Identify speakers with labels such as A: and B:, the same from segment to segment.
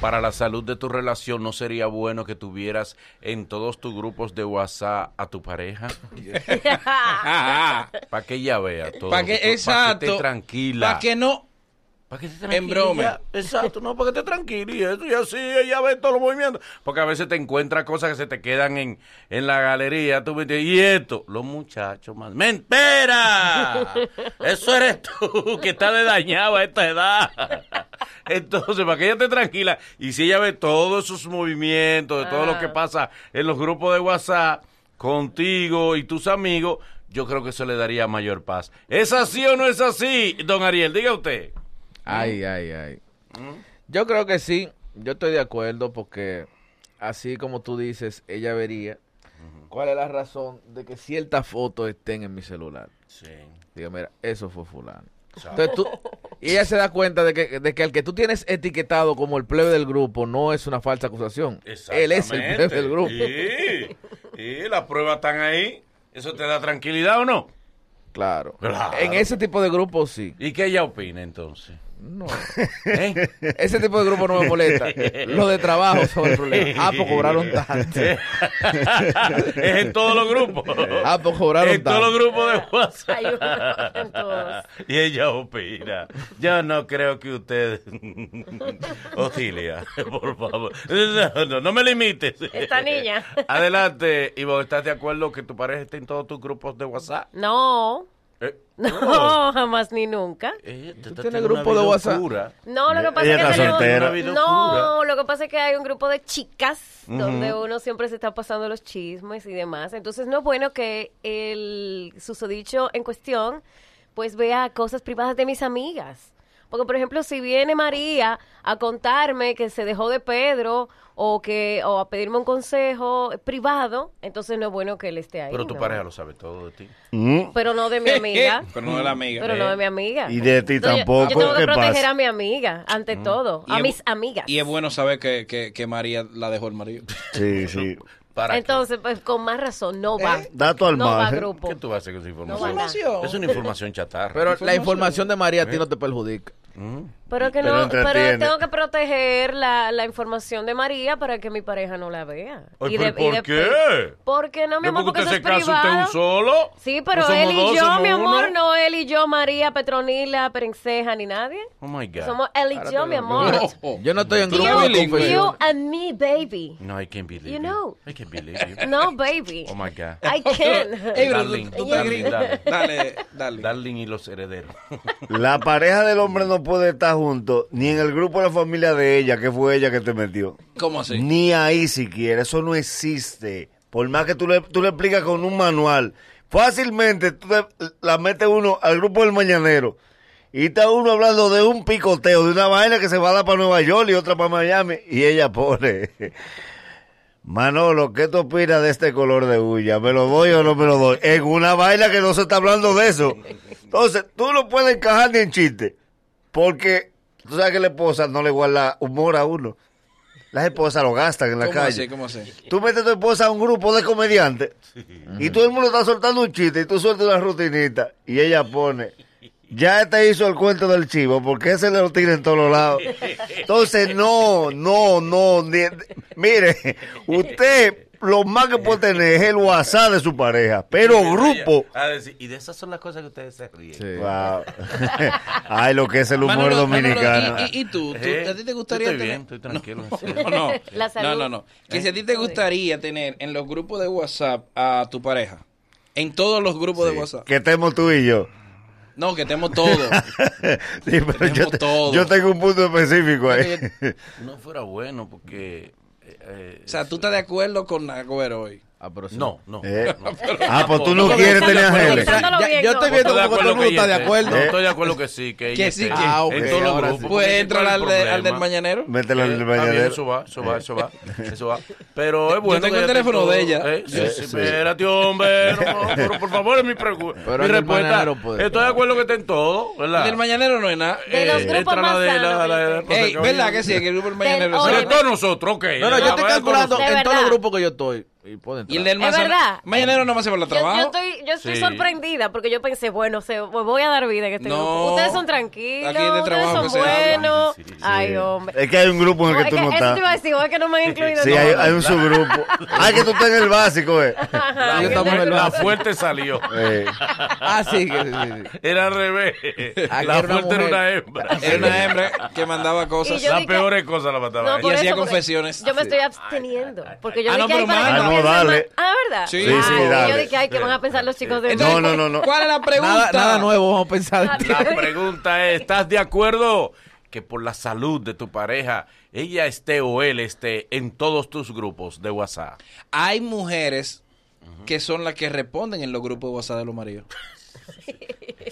A: Para la salud de tu relación, ¿no sería bueno que tuvieras en todos tus grupos de WhatsApp a tu pareja? Para que ella vea todo.
B: Para que, exacto.
A: Para que esté tranquila.
B: Para que no.
A: Para que esté
B: En broma.
A: tranquila. Exacto, no, para que esté tranquila y eso, y así ella ve todos los movimientos. Porque a veces te encuentras cosas que se te quedan en, en la galería. Tú me dices, y esto, los muchachos, man. ¡Mentira! Eso eres tú que estás de dañado a esta edad. Entonces, para que ella esté tranquila y si ella ve todos sus movimientos, de todo lo que pasa en los grupos de WhatsApp contigo y tus amigos, yo creo que eso le daría mayor paz. ¿Es así o no es así, don Ariel? Diga usted.
B: Ay, ay, ay. Yo creo que sí, yo estoy de acuerdo porque así como tú dices, ella vería cuál es la razón de que ciertas fotos estén en mi celular.
A: Sí.
B: Digo, mira, eso fue fulano. Entonces tú, y ella se da cuenta de que, de que al que tú tienes etiquetado como el plebe del grupo no es una falsa acusación. Él es el plebe del grupo.
A: Sí, y las pruebas están ahí. ¿Eso te da tranquilidad o no?
B: Claro.
A: Claro.
B: En ese tipo de grupos sí.
A: ¿Y qué ella opina entonces?
B: No.
A: ¿Eh?
B: Ese tipo de grupo no me molesta. Lo de trabajo son el problema. Ah, pues cobraron tanto.
A: es en todos los grupos.
B: Ah, pues cobraron
A: en todos los
B: tanto.
A: grupos de WhatsApp.
C: Hay uno en todos.
A: Y ella opina. Yo no creo que usted. Otilia, por favor. No, no, no me limites.
C: Esta niña.
A: Adelante, Ivo. ¿Estás de acuerdo que tu pareja esté en todos tus grupos de WhatsApp?
C: No,
A: Eh,
C: no, jamás ni nunca.
A: Ella te-
B: ¿Tú
A: te-
B: tienes
A: tiene
B: grupo
A: una
B: de
A: vida
B: WhatsApp?
A: oscura.
C: No, lo que pasa
D: Ella
C: es que
D: está
C: tenemos-
D: soltera.
A: Una vida
C: No,
A: oscura.
C: lo que pasa es que hay un grupo de chicas donde uno siempre se está pasando los chismes y demás. Entonces no es bueno que el susodicho en cuestión pues vea cosas privadas de mis amigas. Porque, por ejemplo, si viene María a contarme que se dejó de Pedro o que o a pedirme un consejo privado, entonces no es bueno que él esté ahí.
A: Pero tu
C: ¿no?
A: pareja lo sabe todo de ti.
C: Pero no de mi amiga.
B: Pero no de la amiga. Eh,
C: Pero no de mi amiga.
D: Y de ti
C: Entonces,
D: tampoco,
C: Yo tengo que
D: ¿qué
C: proteger
D: pasa?
C: a mi amiga, ante todo.
B: Y
C: a
B: es
C: mis
B: bu-
C: amigas.
B: Y es bueno saber que, que, que María la dejó el marido.
D: Sí, sí.
A: ¿Para
C: Entonces, pues con más razón, no va.
D: Dato al
C: no va
D: margen.
A: qué?
C: grupo.
A: ¿Qué tú vas a hacer con esa información?
B: Información.
A: Es una información chatarra.
B: Pero la información de María a ti no te perjudica.
C: Pero que
D: Pero
C: no, pero,
D: entretiene.
C: tengo que proteger la, la información de María para que mi pareja no la vea.
A: Ay,
C: Y
A: pero
C: de- y
A: ¿por
C: de-
A: qué?
C: Porque no, mi
A: ¿No
C: amor, porque,
A: porque usted se
C: eso
A: casa
C: es
A: usted
C: privado.
A: un solo?
C: Sí,
A: ¿No
C: pero
A: somos
C: él y
A: dos,
C: yo,
A: somos
C: mi amor,
A: uno?
C: no él y yo, María, Petronila, Perenceja, ni nadie.
A: Oh my God.
C: Somos él y yo, mi amor.
B: Yo no estoy en grupo de
C: You,
B: confesión.
C: you and me, baby.
A: No, I can't believe
C: You know.
A: I can't believe you.
C: No, baby.
A: Oh my God.
C: I can.
B: Ey, pero tú-
A: darling,
B: tú te
A: darling, darling.
B: gritas. Dale, dale.
A: Darling y los herederos.
D: La pareja del hombre no puede estar junto ni en el grupo de la familia de ella, que fue ella que te metió.
B: ¿Cómo así?
D: Ni ahí siquiera, eso no existe. Por más que tú le, tú le explicas con un manual, fácilmente tú le- la metes uno al grupo del mañanero y está uno hablando de un picoteo, de una vaina que se va a dar para Nueva York y otra para Miami y ella pone. Manolo, ¿qué tú opinas de este color de huya? ¿Me lo doy o no me lo doy? En una vaina que no se está hablando de eso. Entonces, tú no puedes encajar ni en chiste. Porque tú sabes que la esposa no le guarda humor a uno. Las esposas lo gastan en la
B: ¿Cómo
D: calle.
B: así? ¿Cómo así?
D: Tú metes a tu esposa a un grupo de comediantes y todo el mundo está soltando un chiste y tú sueltas una rutinita y ella pone, ya te hizo el cuento del chivo porque ese lo tira en todos lados. Entonces, no, no, no. ni- mire, usted lo más que puede tener es el WhatsApp de su pareja, pero grupo.
A: A decir, y de esas son las cosas que ustedes se ríen.
B: Sí.
D: Wow. Ay, lo que es el humor
B: Manolo,
D: dominicano.
B: Manolo, y, y- y tú, tú-
A: Eh,
B: ¿a ti te
A: yo
B: gustaría
A: estoy bien,
B: tener-
A: estoy tranquilo,
B: No,
A: en serio.
B: no, no,
C: La
B: no,
C: salud. Eh.
B: no, no. Que si a ti te gustaría tener en los grupos de WhatsApp a tu pareja, en todos los grupos de WhatsApp.
D: que estemos tú y yo.
B: No, que estemos todos.
D: Sí, pero yo,
B: Tenemos
D: te-
B: todo.
D: yo tengo un punto específico ahí.
A: No fuera bueno porque... eh, eh,
B: o sea, tú estás de acuerdo con Nagüero hoy.
A: no, no.
D: Eh,
A: no.
D: Ah, pues tú no
A: Tampoco.
D: quieres tener
C: Tampoco. Tampoco.
D: ángeles.
C: Pensándolo bien, ¿no?
B: yo estoy
A: No
B: viendo
A: estoy de
B: como todo el
A: acuerdo ¿eh?
B: mundo
A: que
B: está de
A: ella esté.
B: acuerdo.
A: No, estoy de acuerdo que sí, que ella
B: Que sí,
A: esté.
B: que- Ah, ok,
A: en todos los
B: ahora sí.
A: grupos.
B: Pues
A: porque
B: entra
A: ¿cuál es
B: al,
A: el
B: de- al del
A: problema?
B: mañanero.
D: Mételo en
A: Eh,
D: el
A: está bien,
D: bañadero.
A: eso va, eso va, eso va, eso va. Pero es bueno.
B: tengo
A: que
B: el
A: ya
B: teléfono
A: todo-
B: de ella.
A: Eh, sí,
D: Eh,
A: sí,
D: sí.
A: Espérate, hombre. no, no, pero por favor, es mi, pregu-
B: Pero
A: mi
B: en el
A: respuesta.
B: mañanero puede
A: Estoy de acuerdo que está en todo, ¿verdad?
B: El del mañanero no es nada.
C: De los
A: Eh,
C: grupos
A: entra
C: más
A: la de- la-
C: sanos.
A: la pues, de-
C: que
A: la-
B: Ey, ¿verdad que sí? Que el grupo del mañanero
C: Del-
B: es
A: Pero
C: Oye,
A: es con nosotros, ok.
B: No, no, yo
A: Ya,
B: estoy
A: vaya con
B: calculando
A: nosotros.
C: De
B: en todos
C: verdad.
B: los grupos que yo estoy. y pueden
E: Y el
B: entrar.
E: del más.
C: verdad.
E: Mañanero no más se va al
C: Yo, yo
E: trabajo.
C: estoy, yo estoy
A: Sí.
C: sorprendida porque yo pensé, bueno, se, voy a dar vida en este
E: No.
C: grupo. Ustedes son tranquilos,
E: Aquí de trabajo que
C: ustedes
E: se
C: son
E: habla.
C: buenos.
A: Sí, sí.
C: Ay, hombre.
D: Es que hay un grupo en el
C: No,
D: que tú
C: es
D: no
C: que eso
D: estás.
C: te iba a decir, es que no me han incluido.
D: Sí,
C: no.
D: hay, hay un subgrupo. Ah, que tú estás en el básico, eh.
C: Ajá,
B: Yo
C: que
B: estaba en
C: no-
B: el
A: La
B: básico.
A: fuerte salió.
D: Eh,
B: Ah, sí, que sí, sí, sí.
A: Era al revés.
B: Ah,
A: La
B: era una
A: fuerte era
B: mujer.
A: una hembra.
E: Era una hembra que mandaba
C: Y
E: cosas.
C: yo-
A: Las
C: dije-
A: peores cosas la
C: No,
A: mataba.
E: Y
C: por
E: hacía
C: eso, porque
E: confesiones.
C: Yo me estoy absteniendo. Porque yo
E: Ah,
C: dije,
E: no,
C: ay,
E: pero
C: para que
E: manda.
C: no
D: Ah, no,
C: piensen
D: dale.
C: más. Ah, ¿verdad?
E: Sí,
D: sí,
C: Ay,
D: dale.
C: Yo dije, ay, que van a pensar los chicos de
E: Entonces,
D: No, no, no, no.
E: ¿Cuál es la pregunta?
B: Nada, nada nuevo, vamos a pensar. en ti.
A: La pregunta es, ¿estás de acuerdo que por la salud de tu pareja, ella esté o él esté en todos tus grupos de WhatsApp?
E: Hay mujeres que son las que responden en los grupos de WhatsApp de los maridos.
D: sí.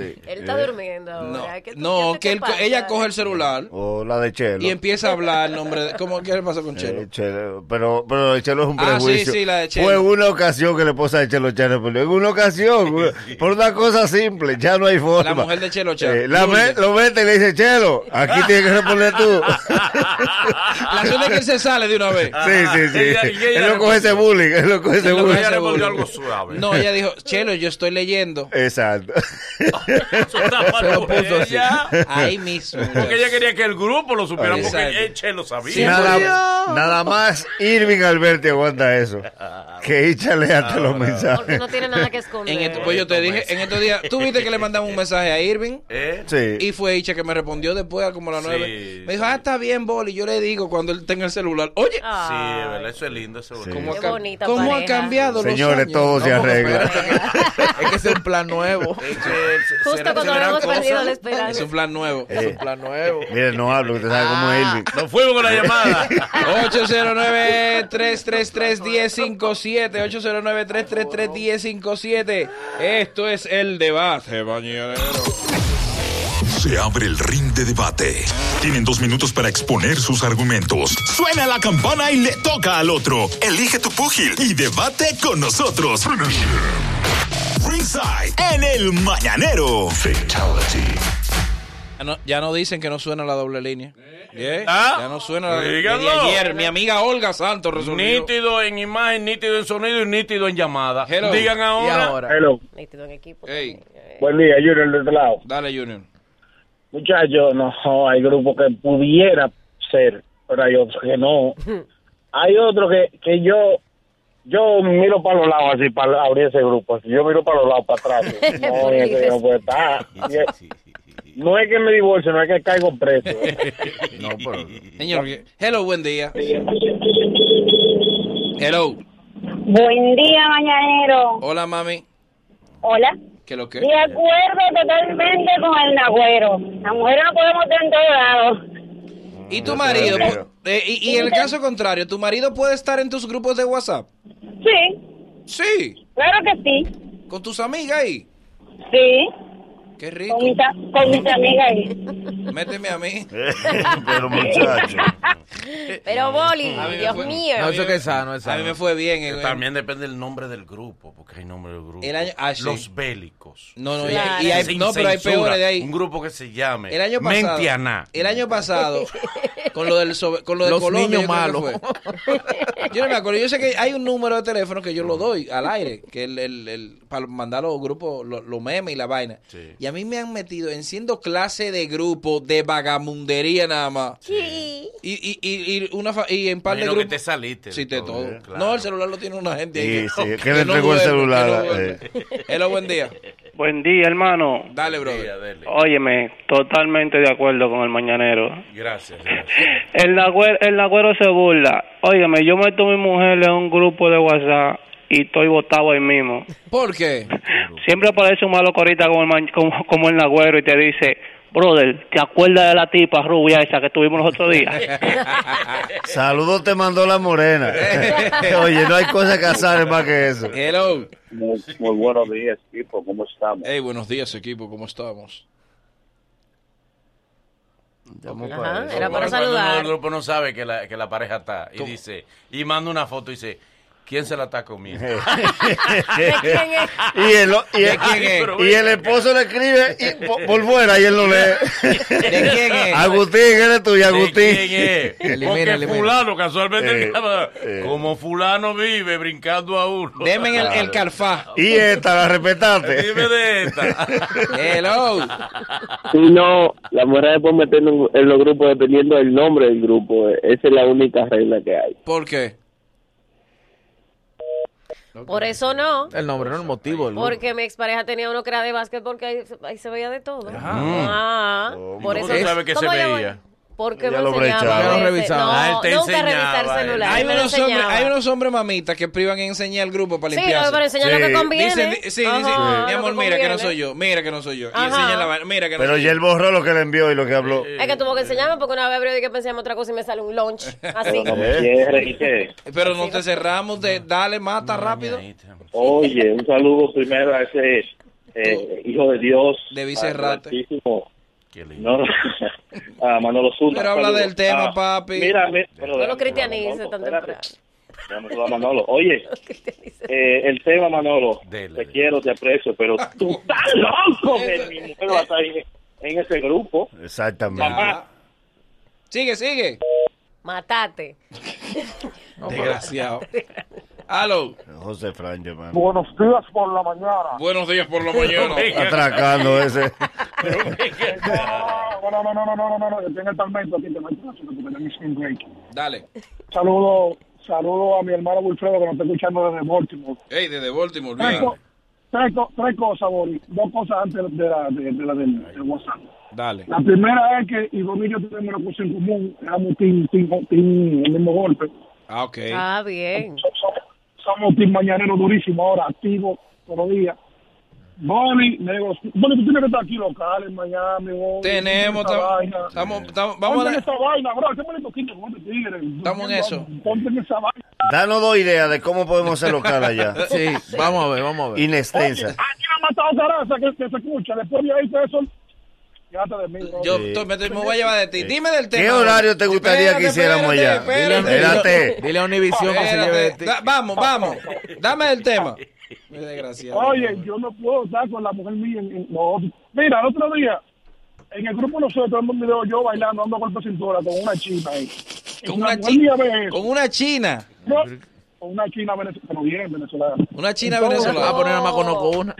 D: Eh,
C: Él está durmiendo
E: No,
C: ahora. ¿Qué tú- qué
E: no
C: te
E: que él co-
C: pasa?
E: ella coge el celular
D: O la de Chelo.
E: y empieza a hablar el nombre de... ¿Cómo, ¿Qué le pasó con Chelo?
D: Eh, Chelo, pero, pero lo de Chelo es un
E: Ah, sí,
D: prejuicio.
E: sí, la de Chelo.
D: Fue una ocasión que la esposa de Chelo Chá respondió. En una ocasión, por una cosa simple, ya no hay forma.
E: La mujer de Chelo Chá,
D: Eh, la
E: Lourdes.
D: ve- lo mete y le dice, Chelo, aquí tienes que responder tú.
E: La cosa es que él se sale de una vez.
D: sí, sí, sí.
A: Ella- y ella
D: él lo coge ese
A: respondió.
D: bullying, él lo coge ese
E: lo
D: bullying.
A: Ella le volvió
E: seguro.
A: algo suave.
E: No, ella dijo, Chelo, yo estoy leyendo.
D: Exacto.
A: Eso está mal
B: Se lo
A: por
B: puso así.
A: ella.
E: Ahí mismo.
A: Porque ella quería que el grupo lo supiera,
E: Pues, Exacto.
A: porque Eche lo sabía.
E: Sí,
D: nada, nada más Irving Alberti aguanta eso. Que échale hasta los
C: Porque
D: mensajes.
C: no tiene nada que esconder.
E: En esto- pues yo te dije, en estos días, tú viste que le mandamos un mensaje a Irving
A: ¿Eh?
D: Sí.
E: y fue Icha que me respondió después a como a las
A: Sí,
E: nueve. Me dijo,
A: sí.
E: ah, está bien, Boli. Yo le digo cuando él tenga el celular, oye,
A: Sí,
C: Ay,
A: de verdad, eso es lindo. Eso es
D: Sí.
A: bonito.
E: ¿cómo, ha,
C: Ah, Qué
E: cam-
C: bonita
E: cómo ha
C: pareja.
E: cambiado los
D: Señores,
E: años?
D: todo se
B: No, porque
D: arregla.
B: espérate que- Es que ese es un plan nuevo.
A: Eh, che,
C: Justo
A: ¿será-
C: cuando
A: serán
C: habíamos
A: cosas?
C: perdido la
E: Es
C: esperanza.
E: un plan nuevo.
D: Eh.
B: Es un plan nuevo.
D: Mire, no hablo, usted sabe cómo
E: Ah.
D: es Irving.
A: Nos fuimos con la llamada.
E: 809-333-1057. 809-333-1057. Esto es el debate, mañana.
F: Se abre el ring de debate. Tienen dos minutos para exponer sus argumentos. Suena la campana y le toca al otro. Elige tu púgil y debate con nosotros. Ringside en el mañanero.
E: Ya Ah, no, ya no dicen que no suena la doble línea. Yeah,
A: Ah,
E: Ya no suena la doble
A: díganlo.
E: línea. ayer, mi amiga Olga Santos resolvió.
A: nítido en imagen, nítido en sonido y nítido en llamada.
E: Hello.
A: Digan
B: Y
A: ahora.
B: ahora.
G: Hello.
C: Nítido en equipo.
E: Ey.
C: también.
G: Buen día, Junior, del otro lado.
E: Dale, Junior.
G: Muchachos, no, hay grupos que pudiera ser, pero hay otros que no. Hay otros que, que yo yo miro para los lados así, para abrir ese grupo. así. Yo miro para los lados, para atrás. No,
C: Por
G: ese
C: eso.
G: no puede estar. No es que me divorcie, no es que caigo preso.
D: No, pero.
E: Señor, hello, buen día. Hello.
H: Buen día, mañanero.
E: Hola, mami.
H: Hola.
E: ¿Qué lo que?
H: De acuerdo totalmente con el nagüero. Las mujeres no podemos estar en todos lados.
E: ¿Y tu marido?
D: Claro.
E: po- eh, y, y en el caso contrario, ¿tu marido puede estar en tus grupos de WhatsApp?
H: Sí,
E: Sí.
H: claro que sí.
E: ¿Con tus amigas ahí?
H: Sí,
E: Qué rico.
H: con mis, a- con mis amigas ahí.
E: Méteme a mí.
D: pero muchacho.
C: Eh, Pero Boli,
E: A mí me
C: Dios
E: fue-
C: mío.
B: No, eso que es sano, es
E: A mí
B: sano.
E: me fue bien. eh, en- en-
A: También depende del nombre del grupo, porque hay nombre del grupo.
E: El año- ah, sí.
A: Los bélicos.
E: No, no,
C: Sí.
E: y hay- y, hay,
A: Sin
E: no, pero hay
A: censura.
E: peores de ahí.
A: Un grupo que se llame
E: El año pasado.
A: Mentiana.
E: El año pasado, con lo del sobre- con lo de
B: Los
E: Colombia,
B: niños
E: yo creo
B: malos.
E: que fue. Yo no me acuerdo. Yo sé que hay un número de teléfono que yo lo doy al aire, que el, el- el- para mandar los grupos, lo- los memes y la vaina.
A: Sí.
E: Y a mí me han metido en siendo clase de grupo de vagamundería nada más. Y, y, y, y una fa- y en par de
A: Imagino
E: grupos.
A: que te saliste.
E: Sí, de todo.
A: Claro.
E: No, el celular lo tiene una gente ahí.
D: Sí, sí,
E: no-
D: que le entregó el
E: duerme,
D: celular, eh.
E: que no duerme. Hello, buen día.
I: Buen día, hermano.
E: Dale,
A: Sí,
E: brother.
A: Adele.
I: Óyeme, totalmente de acuerdo con el mañanero.
A: Gracias. gracias.
I: El nagüero, el nagüero se burla. Óyeme, yo meto a mi mujer en un grupo de WhatsApp y estoy botado ahí mismo.
E: ¿Por qué?
I: Siempre aparece un malo corita como el, man- como, como el nagüero y te dice, brother, ¿te acuerdas de la tipa rubia esa que tuvimos los otros días?
D: Saludos te mandó la morena. Oye, no hay cosa que asar más que eso.
E: Hello.
G: Muy, muy buenos días, equipo. ¿Cómo estamos?
E: Hey, buenos días, equipo. ¿Cómo estamos?
C: Ajá, era
A: Como
C: para
A: cuando uno
C: saludar.
A: del grupo no sabe que la, que la pareja está y dice, y manda una foto y dice, ¿Quién se la está comiendo?
C: ¿De quién es?
D: Y el, y el-
A: quién es?
D: y el esposo le escribe y po- por fuera y él no lee.
E: ¿De quién es?
D: Agustín, eres tú y
A: ¿De quién
D: Agustín.
A: es?
B: Elimina,
A: Porque
B: elimina.
A: fulano casualmente
D: Eh, eh.
A: como fulano vive brincando a uno.
E: Deme el, el calfá.
D: Y esta, la respetaste.
A: Dime de esta.
E: Hello.
G: Si no, las mujeres pueden meter en- en los grupos dependiendo del nombre del grupo. eh. Esa es la única regla que hay.
E: ¿Por qué?
C: Por eso no.
B: El nombre no es el motivo. el-
C: Porque mi expareja tenía uno que era de básquet porque ahí, se- ahí se veía de todo.
A: Mm.
C: Ah, por
A: ¿Y
C: eso
A: cómo tú sabes que
C: ¿Cómo
A: se
C: yo
A: veía?
C: voy? Porque
D: Ya
C: me
D: lo brechaba.
C: enseñaba.
B: Ya lo
C: ese-
B: revisaba.
C: No,
A: Ah, él te
C: nunca
A: enseñaba,
C: revisar
A: él.
C: celular.
E: Hay
C: me lo
E: unos, hombres,
C: enseñaba.
E: hay unos hombres mamitas que privan en enseñar el grupo para
C: Sí, lo-
E: limpiarse.
C: para enseñar lo que
D: Sí.
C: conviene.
E: Dicen, di- sí,
C: Ajá,
E: dicen,
C: lo
E: mi amor, mira que no
C: conviene.
E: soy yo, mira que no soy yo. Y
C: Ajá.
E: enseña la vaina, mira que no
D: Pero
E: soy
D: ya él borró lo que le envió y lo que habló.
C: Es que tuvo que enseñarme porque una vez abrió y que pensé en otra cosa y me sale un lunch. Así.
G: Cierre, ¿y qué?
E: yo. Pero no te cerramos de dale, mata rápido.
G: Oye, un saludo primero a ese eh, hijo de Dios.
E: Debí
G: al
E: cerrarte.
G: Altísimo.
A: Qué lindo.
G: No, a Manolo Zuna.
E: Pero habla
G: Saludos.
E: del tema, papi.
G: Mira, mi- pero
C: No lo
G: déjame
C: cristianice
G: saludar a
C: tan
G: Manolo,
C: temprano.
G: espérate. Déjame saludar a Manolo. Oye,
C: Cristianice.
G: eh, el tema, Manolo,
A: Dele,
G: te
A: dele.
G: quiero, te aprecio, pero tú estás loco que mi mujer va a estar en, en ese grupo.
D: Exactamente.
G: Jamás.
E: Ah. Sigue, sigue.
C: Matate.
E: Desgraciado. Aló.
D: José Franjo, hermano.
G: Buenos días por la mañana.
E: Buenos días por la mañana.
D: Atracando ese.
G: Ah, No, no, no, no, no, no, no, no, yo tengo el tormento aquí, te meto una chica porque tengo skin break.
E: Dale.
G: Saludo, saludo a mi hermano Wilfredo que nos está escuchando desde Baltimore.
E: Ey, desde Baltimore,
G: Tres,
E: bien.
G: co- tres co- tres cosas, Boris, dos cosas antes de la, de, de la del, del WhatsApp.
E: Dale.
G: La primera es que Ivonne y yo tenemos una cosa en común, éramos team, team, team, el mismo golpe.
E: Ah, ok.
C: Ah, bien.
G: So- so- somos team mañanero durísimo ahora, activo todos los días. Bonnie, me digo, Bonnie, tú tienes que estar aquí local en Miami. Bonnie,
E: Tenemos,
G: esta
E: tam-
G: vaina.
E: estamos, estamos- vamos
G: Ponte
E: a
G: en
E: la-
G: esa vaina, bro. Qué bonito quinto, ponte este tigre.
E: Estamos en eso.
G: Ponte en esa vaina.
D: Danos dos ideas de cómo podemos ser local allá.
B: Sí, vamos a ver, vamos a ver.
G: Oye,
D: Inextensa.
G: aquí me ha matado caraza que, que se escucha. Después de ahí, eso, fíjate de mí, bro.
E: Yo to- me, te- me voy a llevar de ti. Dime del tema.
D: ¿Qué horario te gustaría que hiciéramos allá?
E: Espérate, espérate.
D: Espérate.
B: Dile a Univision que se lleve de
E: Espérate.
B: ti.
E: Da- vamos, vamos. Dame el tema. Qué desgraciado.
G: Oye, yo no puedo estar con la mujer mía. En, en- no. Mira, el otro día, en el grupo nosotros, tenemos un video yo bailando, dando golpe de cintura con una china ahí. Y
E: Con
G: la
E: una
G: mujer
E: china.
G: mía ve eso,
E: Con una china.
G: ¿no? Con una china venezolana, pero bien venezolana.
E: Una china
G: Entonces,
E: venezolana.
B: Ah, pero nada más conozco una.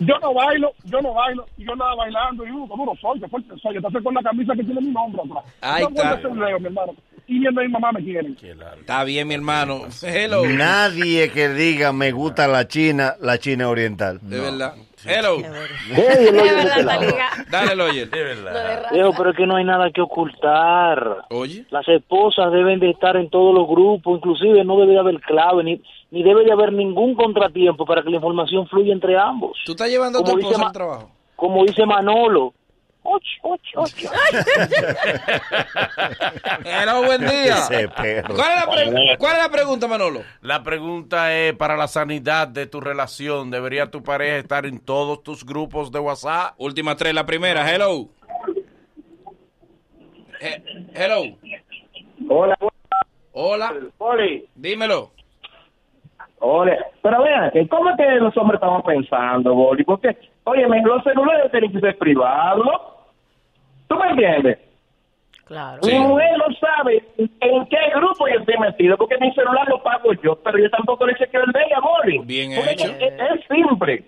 G: Yo no bailo, yo no bailo, y yo nada bailando, y uh, qué duro soy, qué fuerte soy, entonces con la camisa que tiene mi nombre atrás.
E: Ahí
G: No puedo
E: está.
G: hacer leo, mi hermano. Y viendo a mi mamá me quieren.
E: Está bien, mi hermano. Hello.
D: Nadie que diga me gusta la China, la China oriental.
E: De verdad. Hello.
C: De verdad, Taliga.
E: Dale, Loyer.
A: De verdad.
C: Lo de ra-
H: Digo, pero es que no hay nada que ocultar.
E: Oye.
H: Las esposas deben de estar en todos los grupos, inclusive no debe de haber clave, ni, ni debe de haber ningún contratiempo para que la información fluya entre ambos.
E: Tú estás llevando a tu
H: Como dice
E: esposa
H: Ma-
E: al trabajo.
H: Como dice Manolo. Ocho, ocho, ocho.
E: Hello, buen día.
D: Ese perro.
E: ¿Cuál es, la pre- ¿Cuál es la pregunta, Manolo?
A: La pregunta es, para la sanidad de tu relación, ¿debería tu pareja estar en todos tus grupos de WhatsApp?
E: Última tres, la primera. Hello. Eh, hello.
G: Hola,
E: Hola.
G: Poli.
E: Dímelo.
G: Ole, pero vean, que ¿cómo es que los hombres estamos pensando, Boli? Porque, oye, los celulares tienen que ser privados. ¿Tú me entiendes?
C: Claro.
E: Sí.
G: Mi mujer no sabe en qué grupo yo estoy metido, porque mi celular lo pago yo, pero yo tampoco le chequeo el de ella, Boli.
E: Bien
G: Porque
E: hecho. Eh.
G: Es, es simple.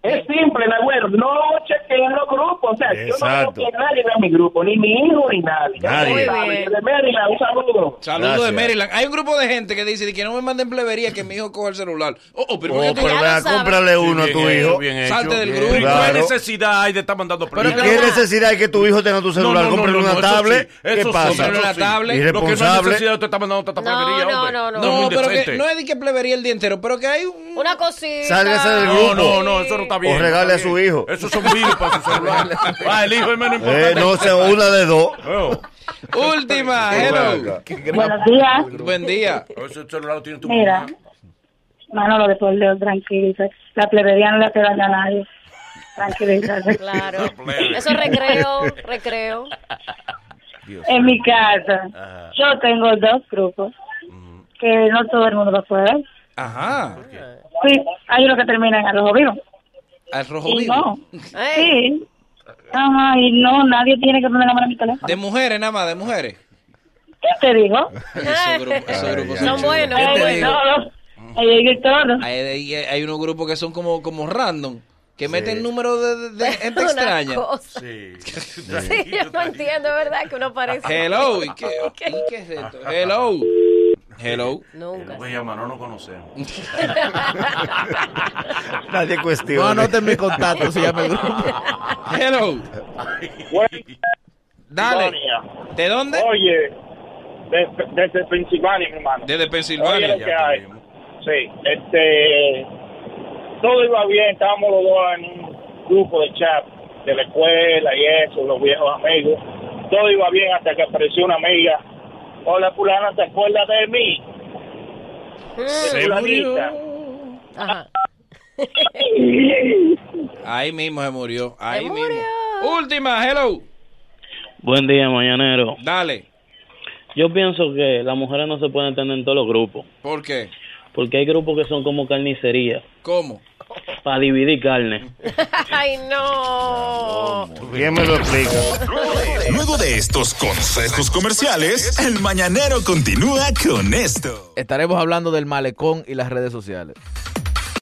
G: Es simple, Nagüero. No chequeen los grupos. O sea, yo no
D: Exacto.
G: quiero que nadie vea mi grupo, ni mi hijo, ni nadie.
D: Nadie.
G: Yo soy de Maryland, un saludo.
E: Saludos de
D: Gracias.
E: Maryland. Hay un grupo de gente que dice que no me manden plebería que mi hijo coja el celular. Oh, oh, pero,
D: Oh,
E: yo
D: pero
E: estoy-
D: vea,
C: sabes.
D: cómprale uno a
A: Bien
D: tu
A: hecho,
D: hijo.
A: Bien hecho.
E: Salte del
A: Bien.
E: grupo.
A: ¿Y ¿Qué
D: Claro.
A: necesidad hay de estar mandando
D: ¿Y
A: preguntas?
D: ¿Qué necesidad hay que tu hijo tenga tu celular?
A: No, no, no,
D: Cómprale
A: no, no,
D: una
A: eso
D: tablet.
A: sí,
D: ¿Qué
A: eso sí,
D: pasa?
A: pero
E: una tablet.
A: Lo que no hay
D: Irresponsable.
A: necesidad de estar mandando tanta
C: No,
A: plebería,
C: no,
A: hombre.
C: no, no.
A: es
E: no,
A: muy
E: pero que
A: decente.
E: no es de que plebería el día entero, pero que hay un...
C: Una cosita.
D: Sálgase del
A: No,
D: grupo.
A: no, no, eso no está bien.
D: regale
A: no está
D: a su
A: bien.
D: hijo.
A: Esos son virus para su celular. Ah, el hijo es menos
D: Eh,
A: importante.
D: no sea una de dos.
A: Oh,
E: Última, hello.
H: Buenos días.
E: Buen día.
A: ese celular lo tiene tu
H: Mira,
A: mamá.
H: Manolo, después de tranquilizar. La plebería no le hace daño a nadie. Tranquilízate.
C: Claro.
A: No, plebe.
C: Eso es recreo, recreo.
H: En mi casa, yo tengo dos grupos.
J: que no todo el mundo lo puede ver.
E: Ajá.
J: Sí, hay unos que terminan a los vivos.
E: Al rojo
J: Y
E: vivo.
J: no.
C: ¿Eh?
J: Sí. Ajá, y no, nadie tiene que poner la mano en mi teléfono.
E: De mujeres, nada más, de mujeres.
J: ¿Qué te digo?
E: Esos grupos, esos grupos son
C: Son
E: chulos.
C: buenos,
E: ¿Qué
C: son
E: te
C: buenos.
E: digo?
J: Ahí hay de todo.
E: Hay, hay- hay unos grupos que son como, como random, que meten números de, de- de gente
C: Una
E: extraña.
C: cosa.
A: Sí.
C: Sí, yo no entiendo, ¿verdad? Que uno parece.
E: Hello, ¿y qué, y qué es esto? Hello. Hello.
C: Nunca.
A: Voy a llamar, no nos conocemos.
D: Nadie
B: No
D: cuestiona.
B: anoten mi contacto, se llama el grupo.
E: Hello. Dale. ¿De dónde?
G: Oye, desde, desde Pensilvania, hermano.
E: Desde
G: Oye,
E: Pensilvania.
G: lo que hay. Sí, este. Todo iba bien, estábamos los dos en un grupo de chat de la escuela y eso, los viejos amigos. Todo iba bien hasta que apareció una amiga. Hola, fulana, ¿te acuerdas de mí?
E: Se murió.
C: Ajá.
E: Ahí mismo se murió. Ahí
C: Se
E: mismo.
C: murió.
E: Última, hello.
I: Buen día, mañanero.
E: Dale.
I: Yo pienso que las mujeres no se pueden tener en todos los grupos,
E: ¿Por qué?
I: porque hay grupos que son como carnicería,
E: ¿Cómo?
I: para dividir carne.
C: Ay, no.
D: ¿Quién me lo explica?
F: Luego de estos consejos comerciales, el mañanero continúa con esto.
B: Estaremos hablando del malecón y las redes sociales.